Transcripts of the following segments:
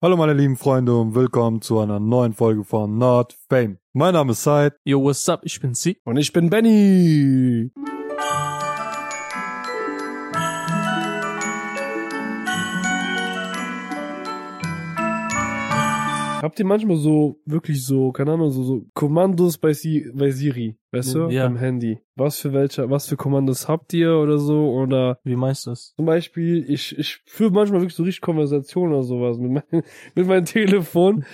Hallo meine lieben Freunde und willkommen zu einer neuen Folge von Not Fame. Mein Name ist Said. Yo, what's up? Ich bin Sie. Und ich bin Benny. Habt ihr manchmal so, wirklich so, keine Ahnung, so, so Kommandos bei, si bei Siri, weißt du, Ja. am Handy? Was für welche, was für Kommandos habt ihr oder so? Oder Wie meinst du das? zum Beispiel, ich, ich führe manchmal wirklich so richtig Konversationen oder sowas mit, mein, mit meinem Telefon.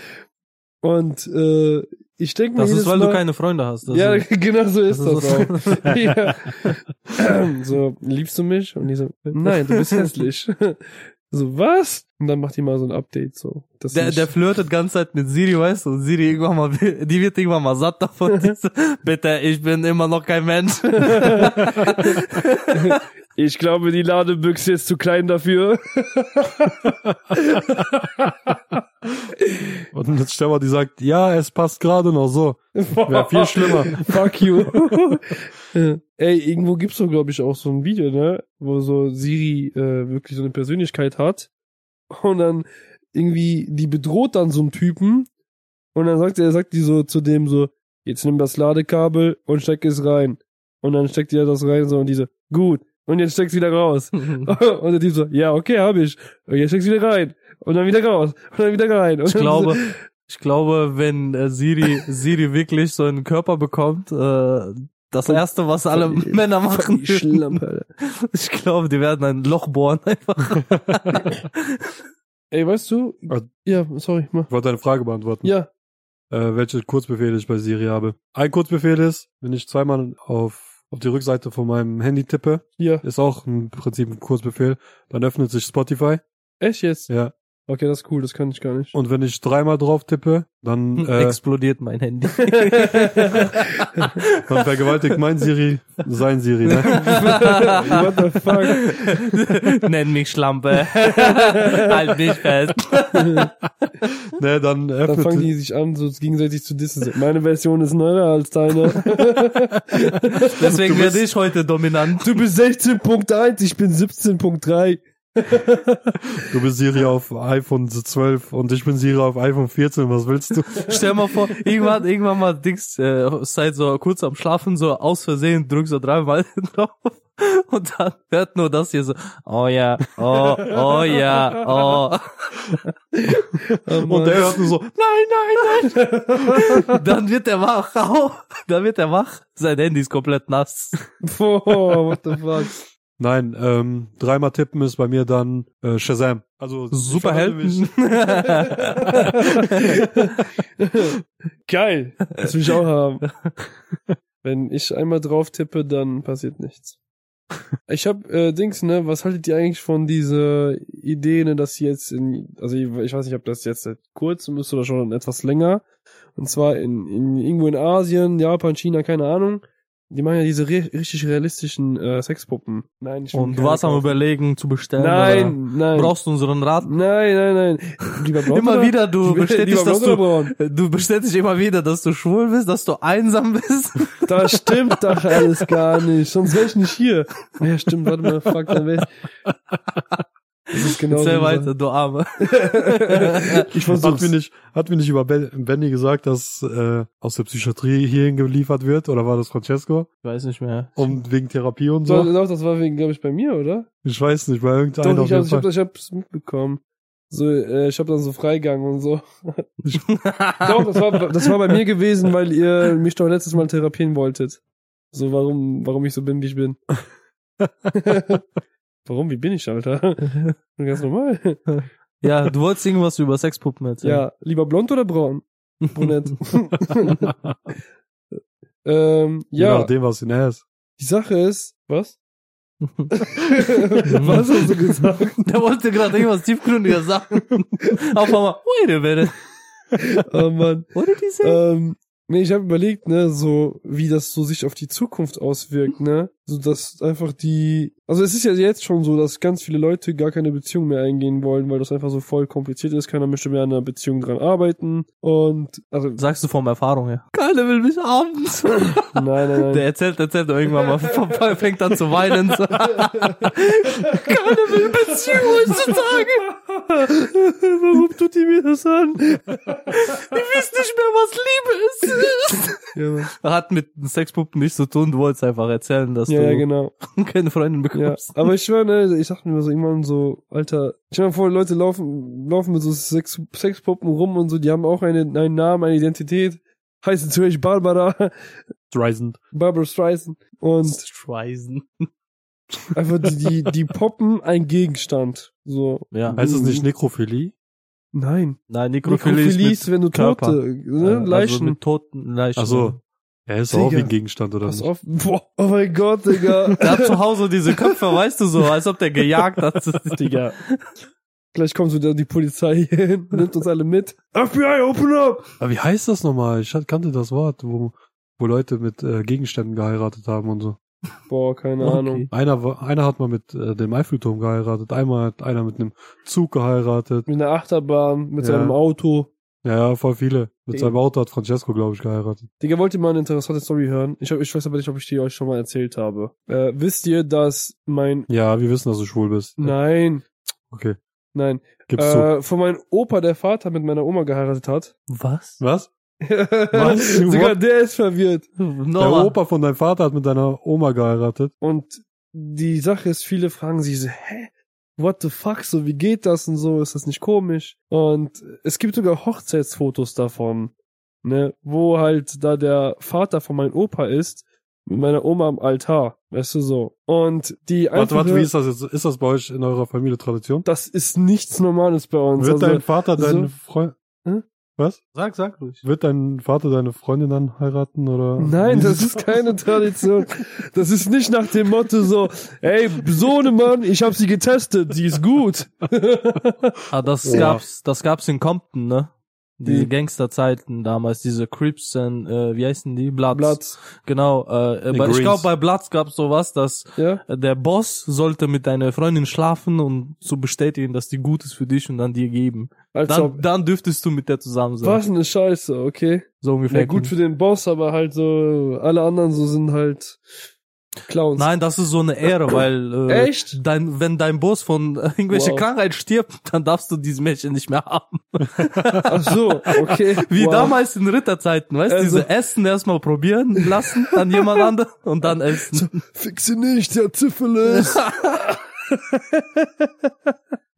Und äh, ich denke mir Das jedes ist, weil Mal, du keine Freunde hast. Das ja, ist, genau so ist das, ist auch. ja. so, liebst du mich? Und die so, nein, du bist hässlich. so, was? Und dann macht die mal so ein Update, so. Das der, der flirtet ganze Zeit mit Siri, weißt du? Und Siri irgendwann mal, die wird irgendwann mal satt davon. Bitte, ich bin immer noch kein Mensch. ich glaube, die Ladebüchse ist zu klein dafür. Und jetzt Stefan, die sagt, ja, es passt gerade noch so. Wäre viel schlimmer. Fuck you. Ja. Ey, irgendwo gibt's doch, glaube ich, auch so ein Video, ne? Wo so Siri äh, wirklich so eine Persönlichkeit hat. Und dann irgendwie, die bedroht dann so einen Typen. Und dann sagt er, sagt die so zu dem so, jetzt nimm das Ladekabel und steck es rein. Und dann steckt die ja das rein so und die so, gut. Und jetzt steck's wieder raus. Und der Typ so, ja, okay, hab ich. Und jetzt steck's wieder rein. Und dann wieder raus. Und dann wieder rein. Und Ich dann glaube, ich glaube, wenn äh, Siri, Siri wirklich so einen Körper bekommt, äh, das erste, was alle Männer machen, Die Schlampe, Alter. ich glaube, die werden ein Loch bohren einfach. Ey, weißt du? Ah. Ja, sorry, mach. Ich wollte deine Frage beantworten, Ja, äh, welche Kurzbefehle ich bei Siri habe. Ein Kurzbefehl ist, wenn ich zweimal auf, auf die Rückseite von meinem Handy tippe, ja. ist auch im Prinzip ein Kurzbefehl, dann öffnet sich Spotify. Echt jetzt? Ja. Okay, das ist cool, das kann ich gar nicht. Und wenn ich dreimal drauf tippe, Hm. dann, äh, Explodiert mein Handy. dann vergewaltigt mein Siri sein Siri. Ne? What the fuck? Nenn mich Schlampe. halt mich fest. ne, dann Dann öffnet fangen die sich an, so gegenseitig zu dissen. So, Meine Version ist neuer als deine. Deswegen Du bist- werde ich heute dominant. Du bist 16.1, ich bin 17.3. Du bist Siri auf iPhone 12 und ich bin Siri auf iPhone 14. Was willst du? Stell mal vor, irgendwann, irgendwann mal Dings, äh, seid so kurz am Schlafen, so aus Versehen drückst so dreimal drauf. Und dann hört nur das hier so, oh ja, oh, oh ja, oh. Oh Und der hört nur so, Dann wird er wach. Au. Dann wird er wach. Sein Handy ist komplett nass. Boah, what the fuck? nein, ähm, dreimal tippen ist bei mir dann äh, Shazam. Also Superhelden. Geil. Das will ich auch haben. Wenn ich einmal drauf tippe, dann passiert nichts. Ich hab, äh, Dings, ne, was haltet ihr eigentlich von dieser Idee, ne, dass jetzt in, also ich, ich weiß nicht, ob das jetzt seit kurzem ist oder schon etwas länger, und zwar in, in irgendwo in Asien, Japan, China, keine Ahnung, die machen ja diese re richtig realistischen äh, Sexpuppen. Nein, ich will Und du keine warst am kaufen. überlegen zu bestellen. oder? Nein, nein. Brauchst du unseren Rat? Nein, nein, nein. Lieber blond Immer oder- wieder, du Lieber bestätigst, dass blond oder du, braun? du bestätigst immer wieder, dass du schwul bist, dass du einsam bist. Das stimmt doch alles gar nicht. Sonst wäre ich nicht hier. Ja, stimmt, warte mal, fuck, dann wär ich. Das ist genau Sehr so. weiter, du Arme. Ich Hat mir versuch's. nicht, hat mir nicht über Ben- Benny gesagt, dass äh, aus der Psychiatrie hierhin geliefert wird oder war das Francesco? Ich weiß nicht mehr. Und wegen Therapie und So, so? doch, das war wegen, glaube ich, bei mir, oder? Ich weiß nicht, bei irgendeinem Doch, also auf ich, hab, jeden ich, hab, Fall. ich hab's mitbekommen. So, äh, ich hab dann so Freigang und so. Doch, das war, das war bei mir gewesen, weil ihr mich doch letztes Mal therapieren wolltet. So, warum, warum ich so bin, wie ich bin. warum, wie bin ich, Alter? Ganz normal. ja, du wolltest irgendwas über Sexpuppen erzählen. Ja, lieber blond oder braun? Brunett. ähm, Je ja, nachdem, was in er ist. die Sache ist, was? was hast du gesagt? Der wollte gerade irgendwas tiefgründiger sagen. Auf einmal, wait a minute. Oh Mann. What did he say? Ähm, nee, ich habe überlegt, ne, so wie das so sich auf die Zukunft auswirkt, ne? So dass einfach die also es ist ja jetzt schon so, dass ganz viele Leute gar keine Beziehung mehr eingehen wollen, weil das einfach so voll kompliziert ist, keiner möchte mehr an einer Beziehung dran arbeiten und also Sagst du vom Erfahrung her? Keiner will mich abends. nein, nein, nein. Der erzählt, erzählt und irgendwann mal, vorbei, fängt an zu weinen. So. Keine will Beziehung heutzutage. Warum tut die mir das an? Ich weiß nicht mehr, was Liebe ist. Ja, Mann. Hat mit Sexpuppen nichts zu tun. Du wolltest einfach erzählen, dass ja, du ja genau. keine Freundin Ja. bekommst. Aber ich schwöre, ne, ich dachte mir so irgendwann so, Alter, ich stell mir vor, Leute laufen, laufen mit so Sex, Sexpuppen rum und so, die haben auch eine, einen Namen, eine Identität. Heißen zuerst Barbara, Streisand. Barbara Streisand. Und Streisen. einfach die, die, die poppen ein Gegenstand. So. Ja. Heißt es nicht Mm. Nekrophilie? Nein. Nein, Nekrophilie, Nekrophilie ist ist, wenn du Körper. Tote, ne, mit, also Leichen. mit toten Leichen. Ach so. Er ist auch Digga. wie ein Gegenstand, oder Pass nicht? auf. Boah, oh mein Gott, Digga. Der hat zu Hause diese Köpfe, weißt du so, als ob der gejagt hat. Digga. Gleich kommt so da die Polizei hier hin, nimmt uns alle mit. FBI, open up! Aber wie heißt das nochmal? Ich hat- kannte das Wort, wo, wo Leute mit äh, Gegenständen geheiratet haben und so. Boah, keine Okay. Ahnung. Einer, war- einer hat mal mit äh, dem Eiffelturm geheiratet, einmal hat einer mit einem Zug geheiratet. Mit einer Achterbahn, mit Ja. seinem Auto. Ja, ja, voll viele. Mit Eben. seinem Auto hat Francesco, glaube ich, geheiratet. Digga, wollt ihr mal eine interessante Story hören? Ich, hab, ich weiß aber nicht, ob ich die euch schon mal erzählt habe. Äh, wisst ihr, dass mein... Ja, wir wissen, dass du schwul bist. Nein, Okay, nein. gibst du. Äh, von meinem Opa, der Vater mit meiner Oma geheiratet hat. Was? Was? Was? Sogar der ist verwirrt. Der Noah. Opa von deinem Vater hat mit deiner Oma geheiratet. Und die Sache ist, viele fragen sich so, hä? What the fuck? So, wie geht das und so? Ist das nicht komisch? Und es gibt sogar Hochzeitsfotos davon, ne? Wo halt da der Vater von meinem Opa ist, mit meiner Oma am Altar, weißt du so. Und die Warte, einfach. warte, wie ist das jetzt? Ist das bei euch in eurer Familie Tradition? das ist nichts Normales bei uns. Wird Also, dein Vater deine Freundin... Hm? Was? Sag, sag ruhig. Wird dein Vater deine Freundin dann heiraten, oder? nein, das ist keine Tradition. Das ist nicht nach dem Motto so, ey, Sohnemann, ich hab sie getestet, sie ist gut. Ah, das Ja. gab's, das gab's in Compton, ne? Diese Die- Gangsterzeiten damals, diese Crips und, äh, wie heißen die? Bloods. Blatt, Genau, äh, Die bei, ich Greens. glaube bei Bloods gab's sowas, dass ja? äh, der Boss sollte mit deiner Freundin schlafen und zu bestätigen, dass die gut ist für dich und dann dir geben. Als Dann, ob, dann dürftest du mit der zusammen sein. Also, was eine Scheiße, okay. So ungefähr. Ja, gut für den Boss, aber halt so, alle anderen so sind halt Clowns. Nein, das ist so eine Ehre, weil äh, Echt? dein, wenn dein Boss von äh, irgendwelcher Wow. Krankheit stirbt, dann darfst du dieses Mädchen nicht mehr haben. Ach so, okay. Wie Wow. damals in Ritterzeiten, weißt du, Also- diese Essen erstmal probieren lassen, dann jemand anderen und dann essen. Fix sie nicht, sie hat Syphilis.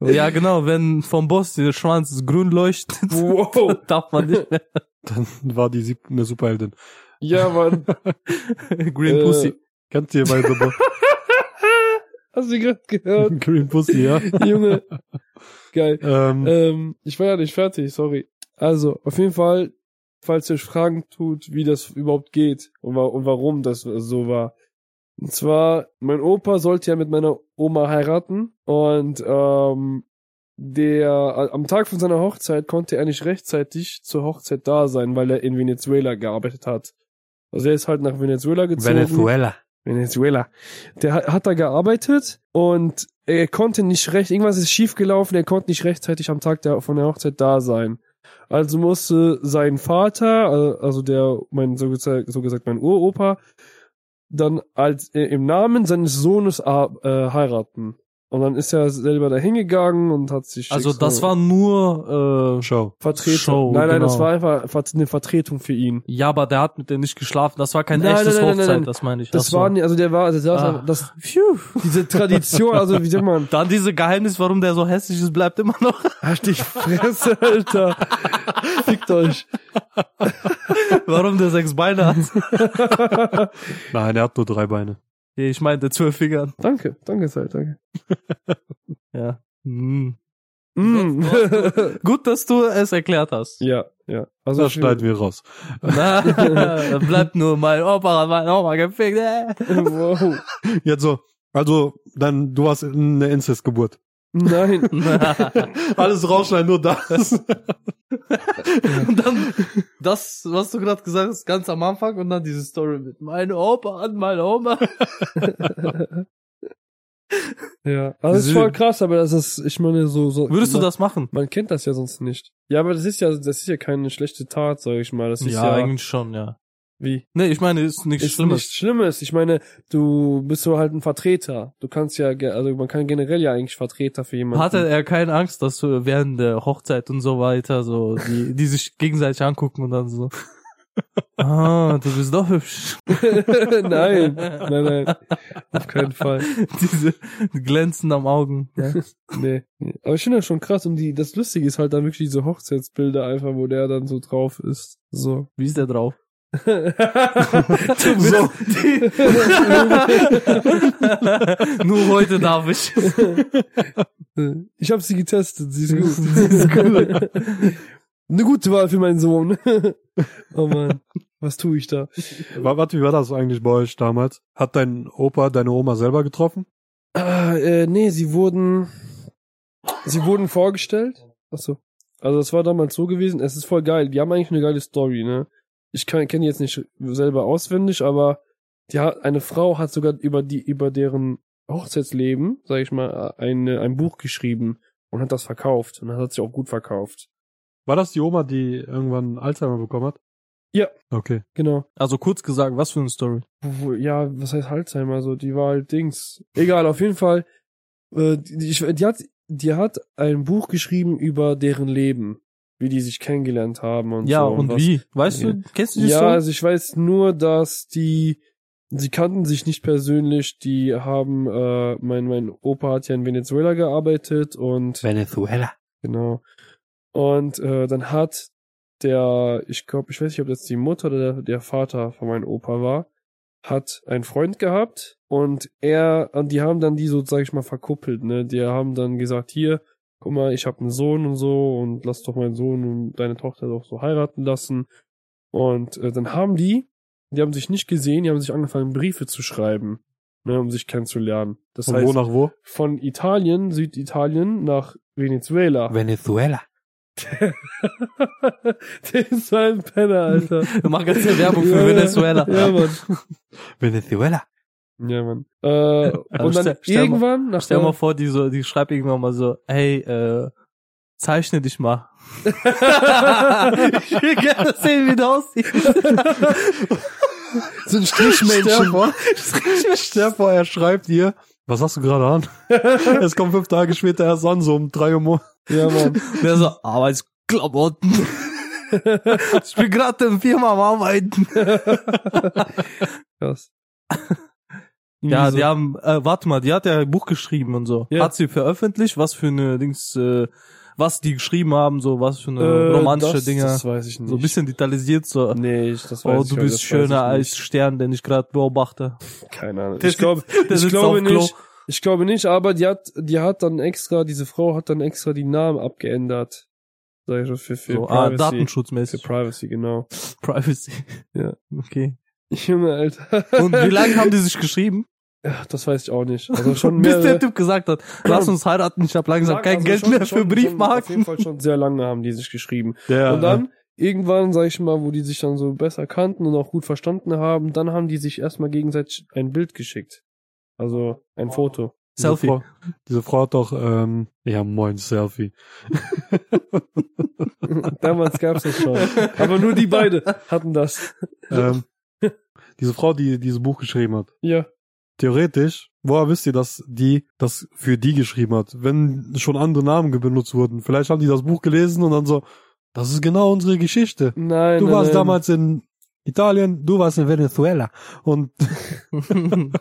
Ja, genau, wenn vom Boss der Schwanz grün leuchtet, wow. darf man nicht mehr. Dann war die sieb- eine Superheldin. Ja, Mann. Green Äh, Pussy. Kennt ihr bei The Bo- Hast du gerade gehört? Green Pussy, ja? Junge. Geil. Ähm, Ähm, ich war ja nicht fertig, sorry. Also, auf jeden Fall, falls ihr euch Fragen tut, wie das überhaupt geht und, wa und warum das so war. Und zwar, mein Opa sollte ja mit meiner Oma heiraten und ähm, der a- am Tag von seiner Hochzeit konnte er nicht rechtzeitig zur Hochzeit da sein, weil er in Venezuela gearbeitet hat. Also er ist halt nach Venezuela gezogen. Venezuela. Der hat, hat da gearbeitet und er konnte nicht recht, irgendwas ist schiefgelaufen, er konnte nicht rechtzeitig am Tag der, von der Hochzeit da sein. Also musste sein Vater, äh, also der, mein, so, geza- so gesagt, mein Uropa, dann als äh, im Namen seines Sohnes a- äh, heiraten. Und dann ist er selber da hingegangen und hat sich. Also das Schicksal- war nur, äh, Schau. Vertretung. Show, nein, nein, genau. das war einfach Vert- eine Vertretung für ihn. ja, aber der hat mit der nicht geschlafen, das war kein Nein, echtes nein, nein, nein, Hochzeit, nein. das meine ich. Das Ach so. war, nie- also der war, also der Ah. das, Phew. diese Tradition, also wie sagt man, Dann diese Geheimnis, warum der so hässlich ist, bleibt immer noch. Halt die Fresse, Alter. Fickt euch. Warum der sechs Beine hat. Nein, er hat nur drei Beine. Nee, Ich meinte zwölf Fingern. Danke, danke, Zeit, danke. Ja. Hm. Mm. Gut, dass du es erklärt hast. ja, ja. Also Das schneiden wir raus. Na, da bleibt nur mein Opa hat meinen Oma gefickt. äh. Wow. Jetzt so. Also, dann, du warst in der Inzestgeburt. Nein. Alles rausschneiden, nur das. Und dann das, was du gerade gesagt hast, ganz am Anfang und dann diese Story mit mein Opa an meine Oma. Ja. Also es ist voll krass, aber das ist, ich meine, so, so. Würdest du man, das machen? Man kennt das ja sonst nicht. Ja, aber das ist ja, das ist ja keine schlechte Tat, sag ich mal. Das ist ja, schon, ja. Wie? Nee, ich meine, ist nichts ist Schlimmes. nichts Schlimmes. Ich meine, du bist so halt ein Vertreter. Du kannst ja, ge- also man kann generell ja eigentlich Vertreter für jemanden. Hatte er keine Angst, dass du während der Hochzeit und so weiter so, die, die sich gegenseitig angucken und dann so. Ah, du bist doch hübsch. nein, nein, nein. Auf keinen Fall. Diese glänzend am Augen. Ja. Nee. nee. Aber ich finde das schon krass. Und die, das Lustige ist halt dann wirklich diese Hochzeitsbilder einfach, wo der dann so drauf ist. So. Wie ist der drauf? du bist, So. Nur heute darf ich. Ich habe sie getestet, sie ist gut. Eine gute Wahl für meinen Sohn. Oh man, was tue ich da? Wa- Warte, wie war das eigentlich bei euch damals? Hat dein Opa deine Oma selber getroffen? Ah, äh, nee, sie wurden sie wurden vorgestellt. Achso. Also das war damals so gewesen, es ist voll geil. Die haben eigentlich eine geile Story, ne? Ich kann kenne die jetzt nicht selber auswendig, aber die hat, eine Frau hat sogar über die über deren Hochzeitsleben, sag ich mal, eine, ein Buch geschrieben und hat das verkauft und das hat sich auch gut verkauft. War das die Oma, die irgendwann Alzheimer bekommen hat? Ja. Okay. Genau. Also kurz gesagt, was für eine Story. Wo- ja, was heißt Alzheimer, so, die war halt Dings. Egal, auf jeden Fall, äh, die, die, ich- die hat, die hat ein Buch geschrieben über deren Leben, wie die sich kennengelernt haben und ja, so. und, was- wie? Weißt Ja. du, kennst du die Ja, Story? also ich weiß nur, dass die, sie kannten sich nicht persönlich, die haben, äh, mein, mein Opa hat ja in Venezuela gearbeitet und Venezuela. Genau. Und äh, dann hat der, ich glaube, ich weiß nicht, ob das die Mutter oder der, der Vater von meinem Opa war, hat einen Freund gehabt und er, und die haben dann die so, sag ich mal, verkuppelt, ne? Die haben dann gesagt, hier, guck mal, ich habe einen Sohn und so und lass doch meinen Sohn und deine Tochter doch so heiraten lassen. Und äh, dann haben die, die haben sich nicht gesehen, die haben sich angefangen, Briefe zu schreiben, ne, um sich kennenzulernen. Das Von heißt, wo nach wo? von Italien, Süditalien nach Venezuela. Venezuela. Der ist so ein Penner, Alter. Mach ganz viel Werbung für Ja, ja. Venezuela. Ja, Mann. Venezuela. Ja, Mann. Äh, und dann Also stell- stell mal- irgendwann, nach Stell der- mal vor, die so, die schreibt irgendwann mal so, hey, äh, zeichne dich mal. ich will gerne sehen, wie du aussiehst. so ein Strichmännchen. vor, stell vor, er schreibt dir, was hast du gerade an? es kommt fünf Tage später erst an, so um drei Uhr morgens. Ja, Mann. Der so, Arbeitsklamotten. ich bin gerade in der Firma am Arbeiten. Krass. Ja, Irgendwie die haben, äh, warte mal, die hat ja ein Buch geschrieben und so. Ja. Hat sie veröffentlicht, was für eine Dings, äh, was die geschrieben haben, so was für eine so, äh, romantische das, Dinge. Das weiß ich nicht. So ein bisschen detailliert, so. Nee, ich, das weiß Oh, ich du nicht, bist das weiß schöner ich als nicht. Stern, den ich gerade beobachte. Keine Ahnung. Der Ich glaube, Der ich sitzt glaube auf Klo. nicht. Ich glaube nicht, aber die hat, die hat dann extra, diese Frau hat dann extra die Namen abgeändert. Sag ich schon, für, für So, ah, Privacy. für datenschutzmäßig. Privacy, genau. Privacy. Ja. Okay. Junge, Alter. Und wie lange haben die sich geschrieben? Ja, das weiß ich auch nicht. Also schon Bis der mehrere. Typ gesagt hat, lass uns heiraten, ich habe langsam kein Also Geld schon- mehr für schon- Schon, auf jeden Briefmarken. Fall schon sehr lange haben die sich geschrieben. Ja, und dann, irgendwann, sag ich mal, wo die sich dann so besser kannten und auch gut verstanden haben, dann haben die sich erstmal gegenseitig ein Bild geschickt. Also ein Foto. diese Selfie. Frau, diese Frau hat doch, ähm, ja moin, Selfie. Damals gab's das schon. Aber nur die beide hatten das. Ähm, diese Frau, die dieses Buch geschrieben hat. Ja. Theoretisch, woher wisst ihr, dass die das für die geschrieben hat? Wenn schon andere Namen benutzt wurden. Vielleicht haben die das Buch gelesen und dann so, das ist genau unsere Geschichte. Nein. Du nein, warst nein. damals in Italien, du warst in Venezuela. Und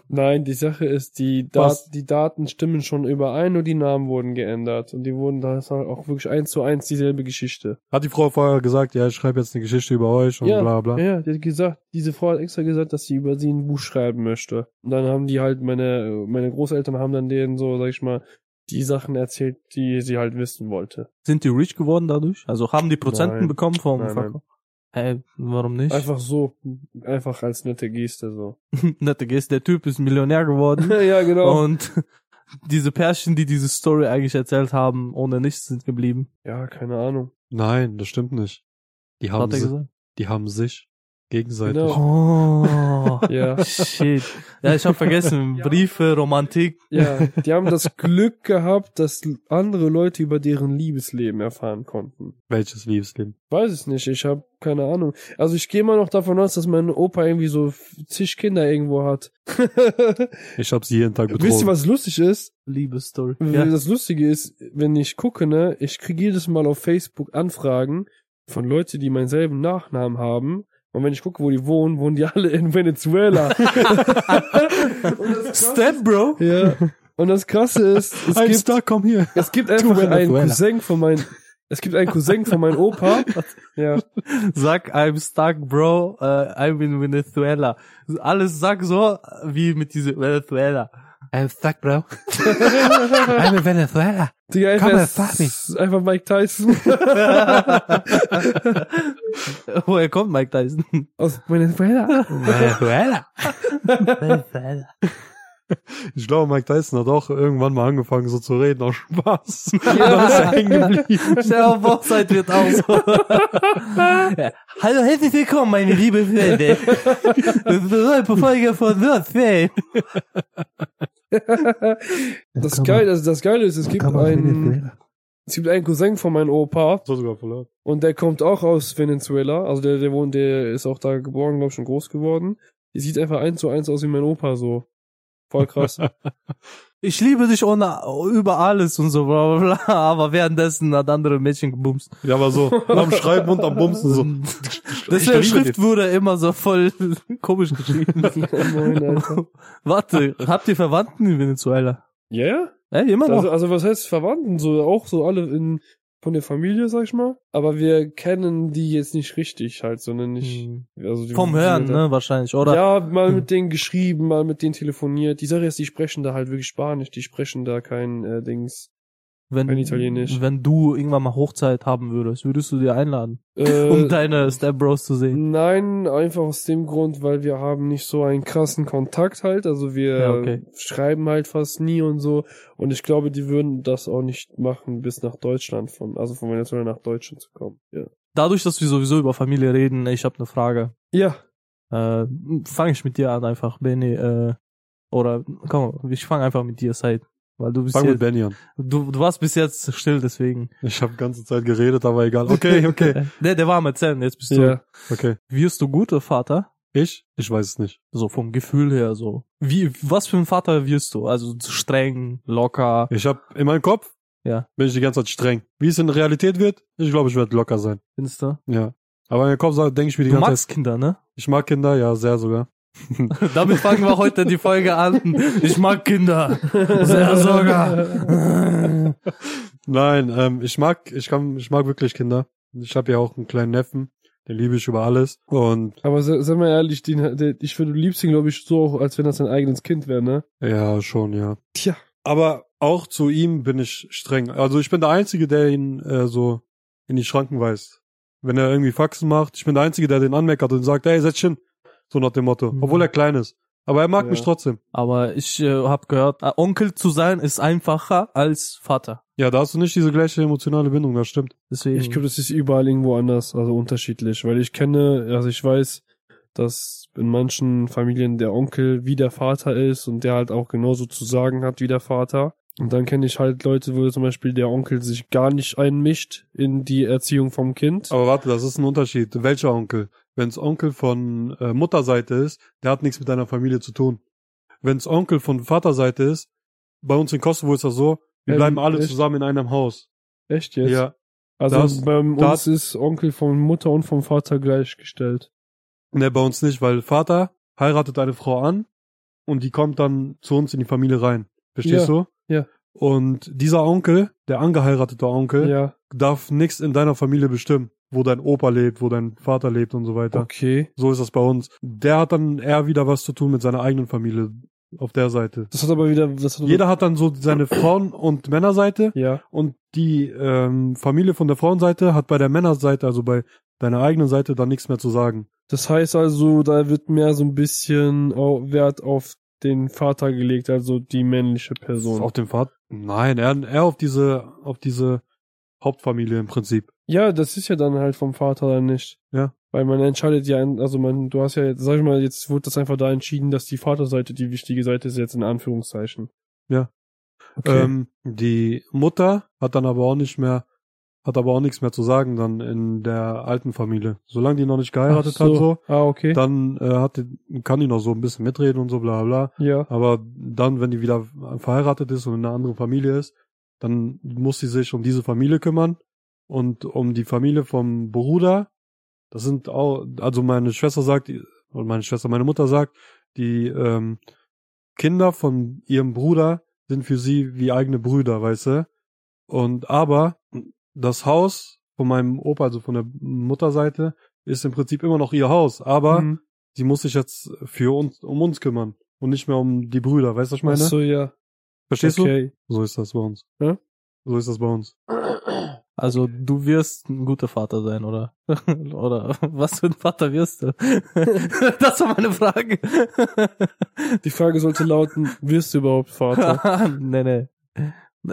Nein, die Sache ist, die, Dat Was? die Daten stimmen schon überein, nur die Namen wurden geändert. Und die wurden, da ist halt auch wirklich eins zu eins dieselbe Geschichte. hat die Frau vorher gesagt, ja, ich schreibe jetzt eine Geschichte über euch und Ja, bla bla. Ja, ja, die hat gesagt, diese Frau hat extra gesagt, dass sie über sie ein Buch schreiben möchte. Und dann haben die halt, meine, meine Großeltern haben dann denen so, sag ich mal, die Sachen erzählt, die sie halt wissen wollte. Sind die rich geworden dadurch? Also haben die Prozenten Nein. bekommen vom Nein, Also- Verkauf? Hey, warum nicht? Einfach so, einfach als nette Geste so. Nette Geste, der Typ ist Millionär geworden. ja, genau. Und diese Pärchen, die diese Story eigentlich erzählt haben, ohne nichts sind geblieben. Ja, keine Ahnung. Nein, das stimmt nicht. Die haben, Hat er si gesagt? die haben sich gegenseitig. Genau. Oh. Oh, Ja. shit. Ja, ich habe vergessen, Briefe, Romantik. Ja, die haben das Glück gehabt, dass andere Leute über deren Liebesleben erfahren konnten. Welches Liebesleben? Weiß es nicht, ich habe keine Ahnung. Also ich gehe mal noch davon aus, dass mein Opa irgendwie so zig Kinder irgendwo hat. Ich habe sie jeden Tag betrogen. Wisst ihr, was lustig ist? Liebesstory. Weil Ja. Das Lustige ist, wenn ich gucke, ne, ich kriege jedes Mal auf Facebook Anfragen von Leuten, die meinen selben Nachnamen haben. Und wenn ich gucke, wo die wohnen, wohnen die alle in Venezuela. Step, Bro. ja. Und das Krasse ist, es I'm gibt, stuck, komm hier. es gibt einfach Venezuela. einen Cousin von meinem, es gibt einen Cousin von meinem Opa. Ja. Sag, I'm stuck, Bro. Uh, I'm in Venezuela. Alles sag so, wie mit diese Venezuela. I'm stuck, Bro. I'm in Venezuela. Digga, Komm, einfach, frag ist einfach Mike Tyson Woher kommt Mike Tyson? aus Venezuela. Venezuela. Venezuela. Ich glaube, Mike Tyson hat auch irgendwann mal angefangen, so zu reden, aus Spaß. Und dann ist er hängen geblieben. Stell auf, Hochzeit wird auch so. ja. Hallo, herzlich willkommen, meine lieben Freunde. Das ist eine neue Folge von North Fame. Das Geile, das, das Geile ist, es gibt einen, es gibt einen Cousin von meinem Opa, So sogar verloren. Und der kommt auch aus Venezuela. Also der, der wohnt, der ist auch da geboren, glaube ich, und groß geworden. Die sieht einfach eins zu eins aus wie mein Opa so. Voll krass. Ich liebe dich ohne, über alles und so, bla, bla, bla. Aber währenddessen hat andere Mädchen gebumst. Ja, aber so am Schreiben und am Bumsen so. Deswegen liebe Schrift wurde immer so voll komisch geschrieben. Moin, Alter. Warte, habt ihr Verwandten in Venezuela? Ja? Yeah? Ey, immer noch. Also, also was heißt Verwandten? So auch so alle in von der Familie, sag ich mal. Aber wir kennen die jetzt nicht richtig halt, sondern ich. Hm. Also die Vom Hören, ne, wahrscheinlich, oder? Hm. Ja, mal mit denen geschrieben, mal mit denen telefoniert. Die Sache ist, die sprechen da halt wirklich Spanisch, die sprechen da kein äh, Dings. wenn, kein Italienisch. wenn du irgendwann mal Hochzeit haben würdest, würdest du dir einladen, Äh, um deine Step Bros zu sehen. Nein, einfach aus dem Grund, weil wir haben nicht so einen krassen Kontakt halt. Also wir Ja, okay. schreiben halt fast nie und so. Und ich glaube, die würden das auch nicht machen, bis nach Deutschland von, also von Venezuela nach Deutschland zu kommen. Ja. Dadurch, dass wir sowieso über Familie reden, ich habe eine Frage. Ja. Äh, fange ich mit dir an einfach, Benny. Äh, oder komm, ich fange einfach mit dir, Said. Weil du bist Fang mit jetzt, Benny an. du, du warst bis jetzt still, deswegen. Ich habe ganze Zeit geredet, aber egal. Okay, okay, Der, der war am Erzählen, jetzt bist du. ja. okay. Wirst du guter Vater? Ich? Ich weiß es nicht. So vom Gefühl her, so. Wie, was für ein Vater wirst du? Also streng, locker. Ich habe in meinem Kopf Ja. bin ich die ganze Zeit streng. Wie es in der Realität wird, ich glaube, ich werde locker sein. Findest du? Ja. Aber in meinem Kopf denke ich mir die Du ganze magst Kinder, ne? Zeit. Ich mag Kinder, ja, sehr sogar. Damit fangen wir heute die Folge an. Ich mag Kinder. Sehr sogar. Nein, ähm, ich mag, ich kann, ich mag wirklich Kinder. Ich habe ja auch einen kleinen Neffen, den liebe ich über alles. Und Aber se- sei mal ehrlich, den, der, ich finde, du liebst ihn, glaube ich, so auch, als wenn das dein eigenes Kind wäre, ne? ja, schon, ja. Tja. Aber auch zu ihm bin ich streng. Also ich bin der Einzige, der ihn äh, so in die Schranken weist. Wenn er irgendwie Faxen macht, ich bin der Einzige, der den anmeckert und sagt, hey, setz dich hin. So nach dem Motto. Mhm. Obwohl er klein ist. Aber er mag Ja. mich trotzdem. Aber ich äh, habe gehört, äh, Onkel zu sein ist einfacher als Vater. Ja, da hast du nicht diese gleiche emotionale Bindung, das stimmt. Deswegen. Ich glaube, das ist überall irgendwo anders, also unterschiedlich, weil ich kenne, also ich weiß, dass in manchen Familien der Onkel wie der Vater ist und der halt auch genauso zu sagen hat wie der Vater. Und dann kenne ich halt Leute, wo zum Beispiel der Onkel sich gar nicht einmischt in die Erziehung vom Kind. Aber warte, das ist ein Unterschied. Welcher Onkel? Wenn's Onkel von äh, Mutterseite ist, der hat nichts mit deiner Familie zu tun. Wenn's Onkel von Vaterseite ist, bei uns in Kosovo ist das so, wir Ähm, bleiben alle echt? zusammen in einem Haus. Echt jetzt? Ja. also das- bei uns das- ist Onkel von Mutter und vom Vater gleichgestellt. Ne, bei uns nicht, weil Vater heiratet eine Frau an und die kommt dann zu uns in die Familie rein. Verstehst Ja, du? ja. Und dieser Onkel, der angeheiratete Onkel, Ja, darf nichts in deiner Familie bestimmen, wo dein Opa lebt, wo dein Vater lebt und so weiter. okay. So ist das bei uns. Der hat dann eher wieder was zu tun mit seiner eigenen Familie auf der Seite. Das hat aber wieder, das hat Jeder hat dann so seine Frauen- und Männerseite ja, und die ähm, Familie von der Frauenseite hat bei der Männerseite, also bei deiner eigenen Seite, dann nichts mehr zu sagen. Das heißt also, da wird mehr so ein bisschen au- Wert auf den Vater gelegt, also die männliche Person. Auf dem Vater? Nein, er, er auf diese, auf diese Hauptfamilie im Prinzip. Ja, das ist ja dann halt vom Vater dann nicht. Ja. Weil man entscheidet ja, also man, du hast ja jetzt, sag ich mal, jetzt wurde das einfach da entschieden, dass die Vaterseite die wichtige Seite ist, jetzt in Anführungszeichen. Ja. Okay. Ähm, die Mutter hat dann aber auch nicht mehr, hat aber auch nichts mehr zu sagen dann in der alten Familie. Solange die noch nicht geheiratet Ach hat, halt so, Ah, okay. dann äh, hat die, kann die noch so ein bisschen mitreden und so bla bla. ja. Aber dann, wenn die wieder verheiratet ist und in einer anderen Familie ist, dann muss sie sich um diese Familie kümmern und um die Familie vom Bruder. Das sind auch, also meine Schwester sagt, und meine Schwester, meine Mutter sagt, die ähm, Kinder von ihrem Bruder sind für sie wie eigene Brüder, weißt du? Und aber das Haus von meinem Opa, also von der Mutterseite, ist im Prinzip immer noch ihr Haus, aber Mhm. sie muss sich jetzt für uns, um uns kümmern und nicht mehr um die Brüder, weißt du, was ich meine? Ach so, ja. Verstehst okay. du? So ist das bei uns. Ja? So ist das bei uns. Also du wirst ein guter Vater sein, oder? oder was für ein Vater wirst du? das war meine Frage. Die Frage sollte lauten, wirst du überhaupt Vater? nee, nee.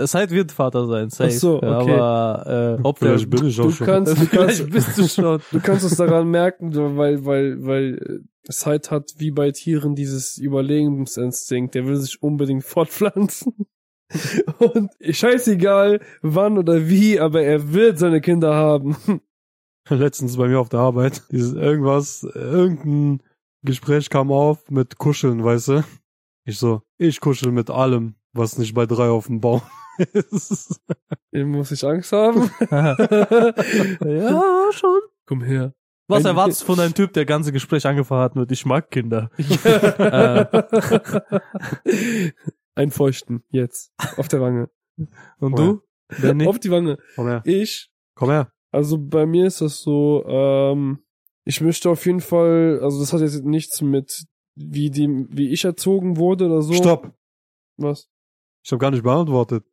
Said wird Vater sein, safe. Ach so, okay. Aber äh, ob der, Vielleicht bin ich auch du schon. kannst, du kannst, vielleicht bist du schon. du kannst es daran merken, so, weil, weil, weil äh, Zeit hat wie bei Tieren dieses Überlebensinstinkt, der will sich unbedingt fortpflanzen. Und scheißegal wann oder wie, aber er wird seine Kinder haben. Letztens bei mir auf der Arbeit, dieses irgendwas, irgendein Gespräch kam auf mit Kuscheln, weißt du? Ich so, ich kuschel mit allem, was nicht bei drei auf dem Baum ist. Ihm Muss ich Angst haben? ja, schon. Komm her. Was Wenn- erwartest du von einem Typ, der ganze Gespräch angefangen hat mit Ich mag Kinder? Ein Feuchten, jetzt. Auf der Wange. Und Woher? du? Benny? Auf die Wange. Komm her, Ich komm her. Also bei mir ist das so, ähm, ich möchte auf jeden Fall, also das hat jetzt nichts mit wie dem, wie ich erzogen wurde oder so. Stopp. Was? Ich habe gar nicht beantwortet.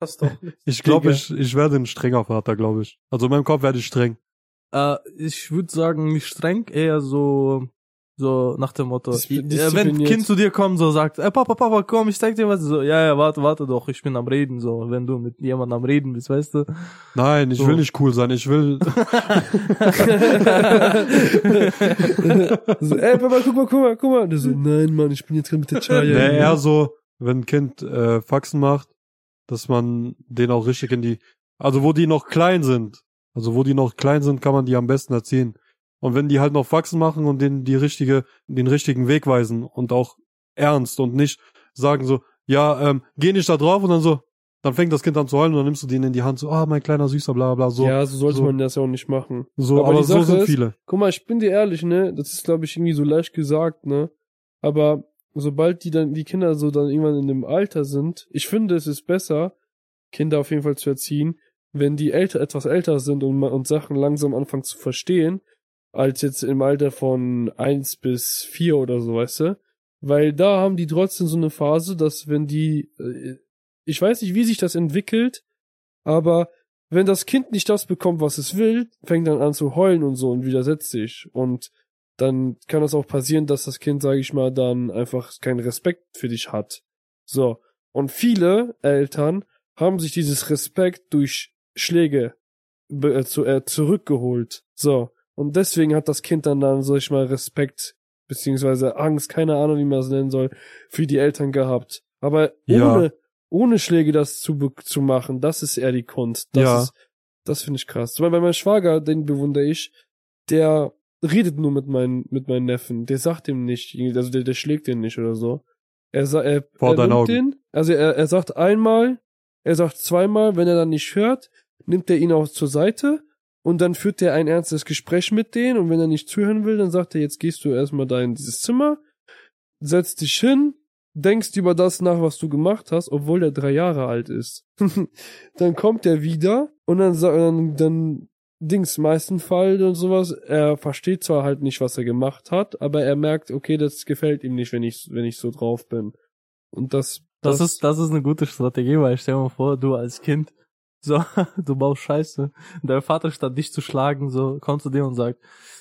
Das doch. Ich glaube, Digga. ich, ich werde ein strenger Vater, glaube ich. Also in meinem Kopf werde ich streng. Äh, ich würde sagen, nicht streng, eher so, so nach dem Motto. äh, Diszi- wenn ein diszipliniert. Kind zu dir kommt, so sagt, ey, Papa, Papa, komm, ich zeig dir was. So, ja, ja, warte, warte doch, ich bin am Reden, so, wenn du mit jemandem am Reden bist, weißt du. Nein, ich So. will nicht cool sein. Ich will so, ey, Papa, guck mal, guck mal, guck mal. Und er so, nein, Mann, ich bin jetzt gerade mit der Chaya. Nee, eher so, wenn ein Kind äh, Faxen macht, dass man den auch richtig in die, also wo die noch klein sind, also wo die noch klein sind, kann man die am besten erziehen. Und wenn die halt noch Faxen machen und den die richtige, den richtigen Weg weisen und auch ernst und nicht sagen so, ja, ähm, geh nicht da drauf und dann so, dann fängt das Kind an zu heulen und dann nimmst du den in die Hand so, ah, mein kleiner Süßer, bla bla, so, ja, so sollte so. man das ja auch nicht machen. so, aber aber, die so Sache sind ist- viele. Guck mal, ich bin dir ehrlich, ne? Das ist, glaube ich, irgendwie so leicht gesagt, ne? Aber sobald die dann, die Kinder so dann irgendwann in dem Alter sind, ich finde, es ist besser, Kinder auf jeden Fall zu erziehen, wenn die älter, etwas älter sind und, ma- und Sachen langsam anfangen zu verstehen, als jetzt im Alter von eins bis vier oder so, weißt du? Weil da haben die trotzdem so eine Phase, dass wenn die, äh, ich weiß nicht, wie sich das entwickelt, aber wenn das Kind nicht das bekommt, was es will, fängt dann an zu heulen und so und widersetzt sich. Und dann kann es auch passieren, dass das Kind, sage ich mal, dann einfach keinen Respekt für dich hat. So. Und viele Eltern haben sich dieses Respekt durch Schläge be- äh, zu, äh, zurückgeholt. So. Und deswegen hat das Kind dann dann, sag ich mal, Respekt beziehungsweise Angst, keine Ahnung, wie man es nennen soll, für die Eltern gehabt. Aber Ja. ohne, ohne Schläge das zu, be- zu machen, das ist eher die Kunst. Das Ja. ist, das finde ich krass. Weil mein Schwager, den bewundere ich, der redet nur mit meinen, mit meinen Neffen. Der sagt dem nicht, irgendwie- also der, der schlägt den nicht oder so. Er, sa- er, Vor er deinen nimmt Augen. den, also er, er sagt einmal, er sagt zweimal, wenn er dann nicht hört, nimmt er ihn auch zur Seite und dann führt er ein ernstes Gespräch mit denen und wenn er nicht zuhören will, dann sagt er, jetzt gehst du erstmal da in dieses Zimmer, setzt dich hin, denkst über das nach, was du gemacht hast, obwohl er drei Jahre alt ist. dann kommt er wieder und dann sagt dann, dann Dings meisten Fall und sowas, er versteht zwar halt nicht, was er gemacht hat, aber er merkt, okay, das gefällt ihm nicht, wenn ich wenn ich so drauf bin. Und das Das ist, das ist eine gute Strategie, weil stell dir mal vor, du als Kind, so, du baust Scheiße. Und dein Vater, statt dich zu schlagen, so, kommt zu dir und sagt,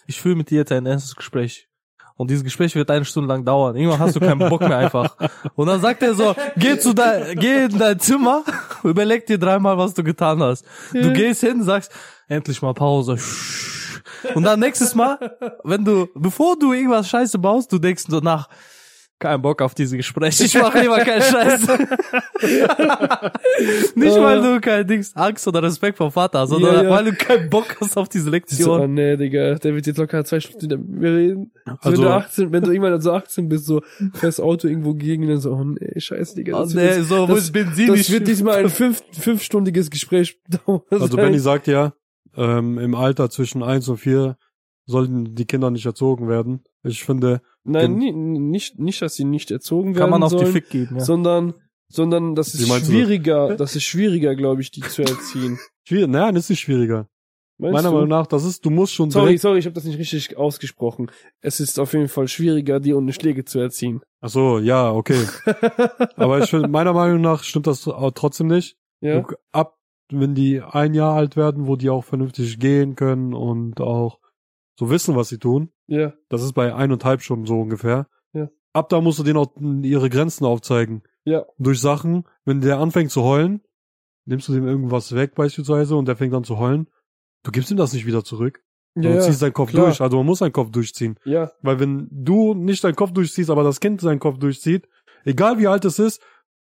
ich fühle mit dir jetzt ein erstes Gespräch. Und dieses Gespräch wird eine Stunde lang dauern. Irgendwann hast du keinen Bock mehr einfach. Und dann sagt er so, geh zu dein, geh in dein Zimmer Überleg dir dreimal, was du getan hast. Ja. Du gehst hin, sagst, endlich mal Pause. Und dann nächstes Mal, wenn du, bevor du irgendwas Scheiße baust, du denkst so nach, kein Bock auf diese Gespräche, ich mache lieber keinen Scheiß. Nicht, weil du kein Dings, Angst oder Respekt vor Vater hast, sondern Ja, ja. weil du keinen Bock hast auf diese So, Lektion. nee, Digga, der wird jetzt locker zwei Stunden mit mir reden. So, Also- wenn, du 18, wenn du irgendwann so 18 bist, so fährst Auto irgendwo gegen, dann so, oh nee, scheiße, Digga. Oh, Das, nee, wird, so, wo das- ist Benzin? das Ich- wird diesmal ein fünf, fünfstündiges Gespräch dauern. Also Benny sagt ja, ähm, im Alter zwischen 1 und 4 sollten die Kinder nicht erzogen werden. Ich finde, Nein, nie, nicht, nicht, dass sie nicht erzogen werden Kann man auf sollen, die Fick geben, ja. sondern, sondern das Wie ist meinst du das? schwieriger, das ist schwieriger, glaube ich, die zu erziehen. schwierig, nein, ist nicht schwieriger. Meinst Meiner du? Meinung nach, das ist, du musst schon Sorry, direkt, sorry, ich habe das nicht richtig ausgesprochen. Es ist auf jeden Fall schwieriger, dir ohne Schläge zu erziehen. ach so, ja, okay. Aber ich finde, meiner Meinung nach stimmt das auch trotzdem nicht. Ja, Du- Ab, wenn die ein Jahr alt werden, wo die auch vernünftig gehen können und auch so wissen, was sie tun. ja. Das ist bei eineinhalb schon so ungefähr. Ja. Ab da musst du denen auch ihre Grenzen aufzeigen. Ja. Durch Sachen, wenn der anfängt zu heulen, nimmst du dem irgendwas weg beispielsweise und der fängt an zu heulen, du gibst ihm das nicht wieder zurück. Du Ja, ja, ziehst deinen Kopf klar. durch. Also man muss seinen Kopf durchziehen. ja. Weil wenn du nicht deinen Kopf durchziehst, aber das Kind seinen Kopf durchzieht, egal wie alt es ist,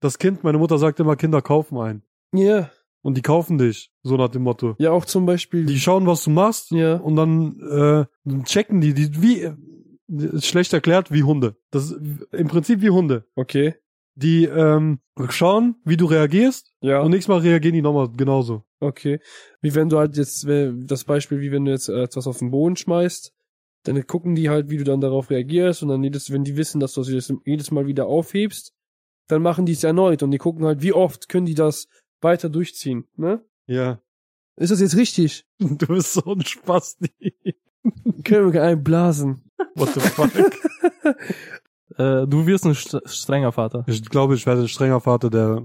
das Kind, meine Mutter sagt immer, Kinder kaufen ein. Ja, Und die kaufen dich, so nach dem Motto. ja, auch zum Beispiel. Die schauen, was du machst ja, und dann äh, dann checken die, die wie äh, schlecht erklärt wie Hunde. Das ist im Prinzip wie Hunde. okay. Die ähm, schauen, wie du reagierst Ja, und nächstes Mal reagieren die nochmal genauso. okay. Wie wenn du halt jetzt, äh, das Beispiel, wie wenn du jetzt äh, etwas auf den Boden schmeißt, dann gucken die halt, wie du dann darauf reagierst und dann jedes, wenn die wissen, dass du das jedes, jedes Mal wieder aufhebst, dann machen die es erneut und die gucken halt, wie oft können die das weiter durchziehen, ne? Ja. Ist das jetzt richtig? Du bist so ein Spasti. Können wir einblasen. What the fuck? Äh, du wirst ein st- strenger Vater. ich glaube, ich werde ein strenger Vater, der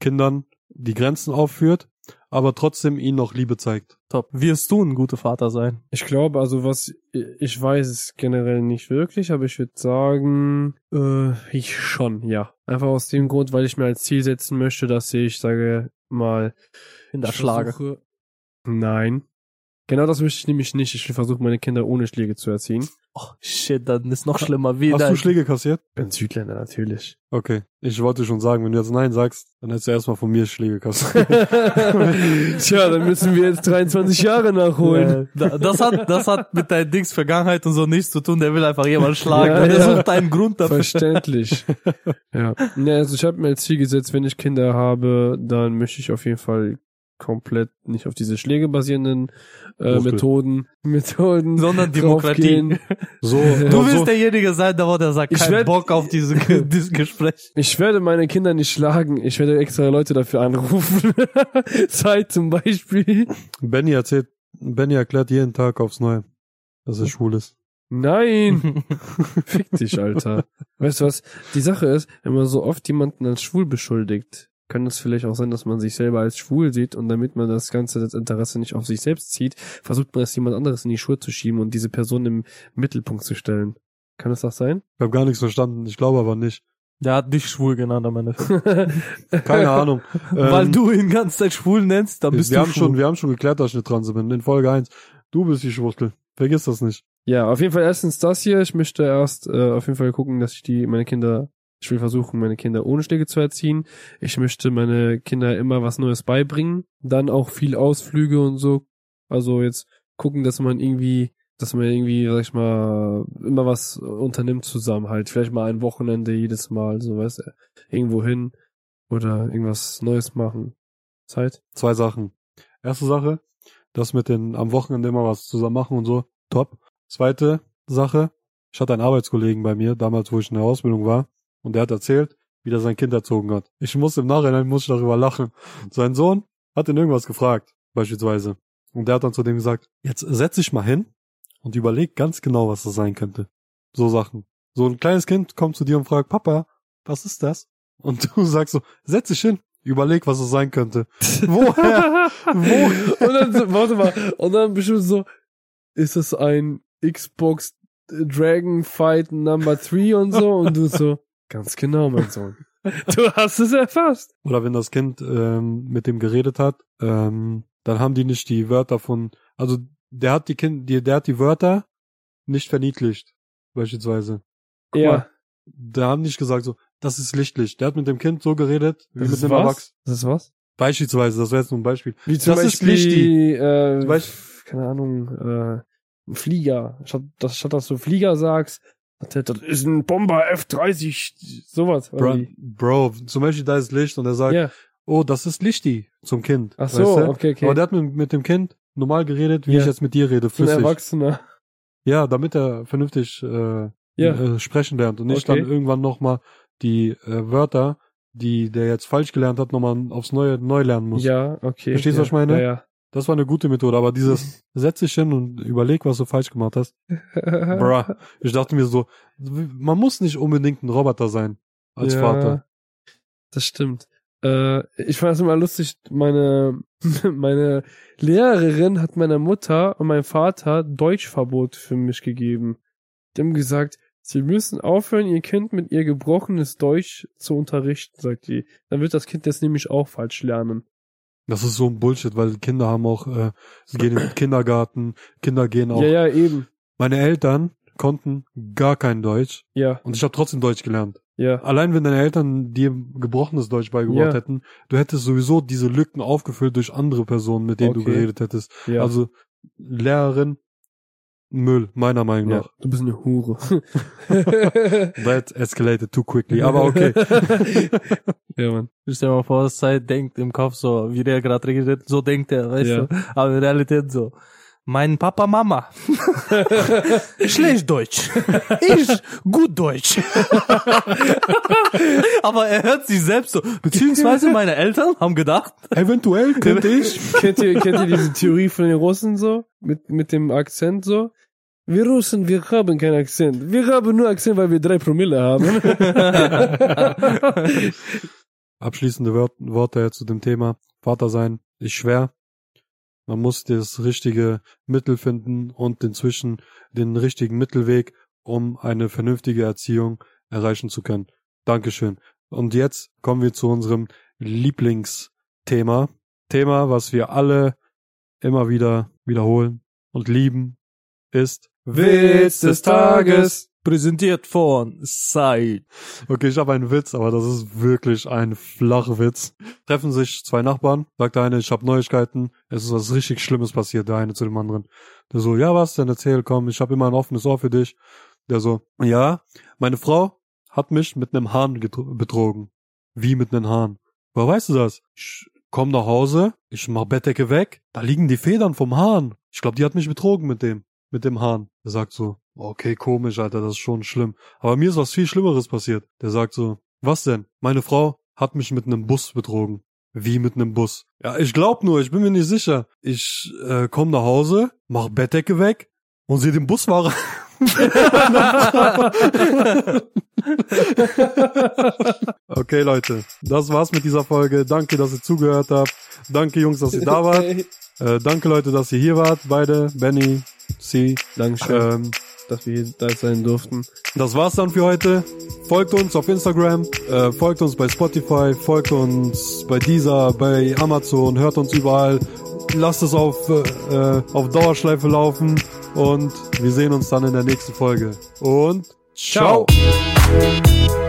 Kindern die Grenzen aufführt, aber trotzdem ihnen noch Liebe zeigt. Top. Wirst du ein guter Vater sein? Ich glaube, also was, ich weiß es generell nicht wirklich, aber ich würde sagen, äh, ich schon, ja. Einfach aus dem Grund, weil ich mir als Ziel setzen möchte, dass ich, sage mal, In der ich Schlage. versuche- Nein. Genau das möchte ich nämlich nicht. Ich will versuchen, meine Kinder ohne Schläge zu erziehen. Oh, shit, dann ist noch schlimmer. Wie Hast dein- du Schläge kassiert? Ich bin Südländer, natürlich. Okay. Ich wollte schon sagen, wenn du jetzt Nein sagst, dann hättest du erstmal von mir Schläge kassiert. Tja, dann müssen wir jetzt 23 Jahre nachholen. Äh, da- das hat, das hat mit deinen Dings Vergangenheit und so nichts zu tun. Der will einfach jemanden schlagen. Ja, der ja. sucht einen Grund dafür. Verständlich. ja. Ne, also ich habe mir als Ziel gesetzt, wenn ich Kinder habe, dann möchte ich auf jeden Fall komplett nicht auf diese Schläge basierenden äh, Wuchtel. Methoden, Methoden, Sondern draufgehen. Demokratie. so, Du so, willst derjenige sein, der, der sagt, Ich kein werd- Bock auf diese, dieses Gespräch. Ich werde meine Kinder nicht schlagen. Ich werde extra Leute dafür anrufen. Zeit zum Beispiel. Benny erzählt, Benny erklärt jeden Tag aufs Neue, dass er schwul ist. Nein, fick dich, Alter. Weißt du was? Die Sache ist, wenn man so oft jemanden als schwul beschuldigt, kann es vielleicht auch sein, dass man sich selber als schwul sieht und damit man das ganze das Interesse nicht auf sich selbst zieht, versucht man es jemand anderes in die Schuhe zu schieben und diese Person im Mittelpunkt zu stellen. Kann es das sein? Ich habe gar nichts verstanden, ich glaube aber nicht. Der hat dich schwul genannt am Ende. Keine Ahnung. Weil Ähm, du ihn ganz Zeit schwul nennst, dann bist wir du haben schwul. schon, wir haben schon geklärt, dass ich eine Transe bin. In Folge 1. Du bist die Schwuchtel. Vergiss das nicht. Ja, auf jeden Fall erstens das hier. Ich möchte erst äh, auf jeden Fall gucken, dass ich die meine Kinder, ich will versuchen, meine Kinder ohne Schläge zu erziehen. Ich möchte meine Kinder immer was Neues beibringen. Dann auch viel Ausflüge und so. Also jetzt gucken, dass man irgendwie, dass man irgendwie, sag ich mal, immer was unternimmt zusammen halt. Vielleicht mal ein Wochenende jedes Mal, so weißt du, irgendwo hin oder irgendwas Neues machen. Zeit. Zwei Sachen. Erste Sache, das mit den am Wochenende immer was zusammen machen und so. Top. Zweite Sache, ich hatte einen Arbeitskollegen bei mir, damals, wo ich in der Ausbildung war, und der hat erzählt, wie der sein Kind erzogen hat. Ich muss im Nachhinein muss ich darüber lachen. Sein Sohn hat ihn irgendwas gefragt, beispielsweise. Und der hat dann zu dem gesagt, jetzt setz dich mal hin und überleg ganz genau, was das sein könnte. So Sachen. So ein kleines Kind kommt zu dir und fragt, Papa, was ist das? Und du sagst so, setz dich hin, überleg, was es sein könnte. Woher Wo? Und dann, so- warte mal, und dann bestimmt so, ist es ein Xbox Dragon Fight Number 3 und so? Und du so, ganz genau, mein Sohn. Du hast es erfasst. Oder wenn das Kind ähm, mit dem geredet hat, ähm, dann haben die nicht die Wörter von, also der hat die Kind, die, der hat die Wörter nicht verniedlicht, beispielsweise. Guck ja. mal, Der haben nicht gesagt so, das ist lichtlich. Der hat mit dem Kind so geredet, wie Das mit ist dem was? Erwachsenen. Das ist was? Beispielsweise, das wäre jetzt nur ein Beispiel. Wie zum Das ist Beispiel, Lichti. äh, Zum Beispiel- keine Ahnung, äh, ein Flieger. Statt, das, statt dass du Flieger sagst, sagt er, das ist ein Bomber F30, sowas. oder Bro, Oh wie? Bro, zum Beispiel da ist Licht und er sagt, Ja. oh, das ist Lichti zum Kind. Ach weißt so, du? okay, okay. Aber der hat mit, mit dem Kind normal geredet, wie Ja. ich jetzt mit dir rede, ein flüssig. Erwachsener. Ja, damit er vernünftig äh, Ja. äh, sprechen lernt und nicht Okay. dann irgendwann nochmal die äh, Wörter, die der jetzt falsch gelernt hat, nochmal aufs Neue neu lernen muss. Ja, okay. Verstehst du, ja. was ich meine? Ja, Das war eine gute Methode, aber dieses setz dich hin und überleg, was du falsch gemacht hast. ja. Bruh. Ich dachte mir so, man muss nicht unbedingt ein Roboter sein als Ja, Vater. Das stimmt. Äh, ich fand es immer lustig, meine, meine Lehrerin hat meiner Mutter und meinem Vater Deutschverbot für mich gegeben. Die haben gesagt, sie müssen aufhören, ihr Kind mit ihr gebrochenes Deutsch zu unterrichten, sagt die. Dann wird das Kind das nämlich auch falsch lernen. Das ist so ein Bullshit, weil Kinder haben auch, äh, sie gehen in den Kindergarten, Kinder gehen auch. Ja, ja, eben. Meine Eltern konnten gar kein Deutsch Ja, und ich habe trotzdem Deutsch gelernt. ja. Allein wenn deine Eltern dir gebrochenes Deutsch beigebracht Ja. hätten, du hättest sowieso diese Lücken aufgefüllt durch andere Personen, mit denen du Okay. geredet hättest. ja. Also Lehrerin, Müll, meiner Meinung ja. nach. Du bist eine Hure. That escalated too quickly, aber okay. ja, Mann. Ich stell dir mal vor, Zeit denkt im Kopf so, wie der gerade redet, so denkt er, weißt Ja. du. Aber in Realität so. Mein Papa, Mama. Schlecht Deutsch. Ich gut Deutsch. Aber er hört sich selbst so. Beziehungsweise meine Eltern haben gedacht, Eventuell könnte ich. kennt ihr, kennt ihr diese Theorie von den Russen so? Mit, mit dem Akzent so? Wir Russen, wir haben keinen Akzent. Wir haben nur Akzent, weil wir drei Promille haben. Abschließende Wör- Worte zu dem Thema. Vater sein ist schwer. Man muss das richtige Mittel finden und inzwischen den richtigen Mittelweg, um eine vernünftige Erziehung erreichen zu können. Dankeschön. Und jetzt kommen wir zu unserem Lieblingsthema. Thema, was wir alle immer wieder wiederholen und lieben, ist Witz des Tages. präsentiert von Said. Okay, ich habe einen Witz, aber das ist wirklich ein flacher Witz. Treffen sich zwei Nachbarn, sagt der eine, ich habe Neuigkeiten, es ist was richtig Schlimmes passiert, der eine zu dem anderen. Der so, ja was, dann erzähl, komm, ich habe immer ein offenes Ohr für dich. Der so, ja, meine Frau hat mich mit einem Hahn getro- betrogen. Wie mit einem Hahn? Woher weißt du das? Ich komm nach Hause, ich mach Bettdecke weg, da liegen die Federn vom Hahn. Ich glaube, die hat mich betrogen mit dem, mit dem Hahn. Der sagt so, okay, komisch, Alter, das ist schon schlimm. Aber mir ist was viel Schlimmeres passiert. Der sagt so, was denn? Meine Frau hat mich mit einem Bus betrogen. Wie mit einem Bus? Ja, ich glaub nur, ich bin mir nicht sicher. Ich äh, komm nach Hause, mach Bettdecke weg und sehe den Busfahrer. okay, Leute, das war's mit dieser Folge. Danke, dass ihr zugehört habt. Danke, Jungs, dass ihr da wart. Äh, danke, Leute, dass ihr hier wart. Beide, Benny, C. Dankeschön, Äh. Ähm, dass wir hier da sein durften. das war's dann für heute. Folgt uns auf Instagram, äh, folgt uns bei Spotify, folgt uns bei Deezer, bei Amazon, hört uns überall. Lasst es auf, äh, äh, auf Dauerschleife laufen und wir sehen uns dann in der nächsten Folge. Und ciao. Ciao.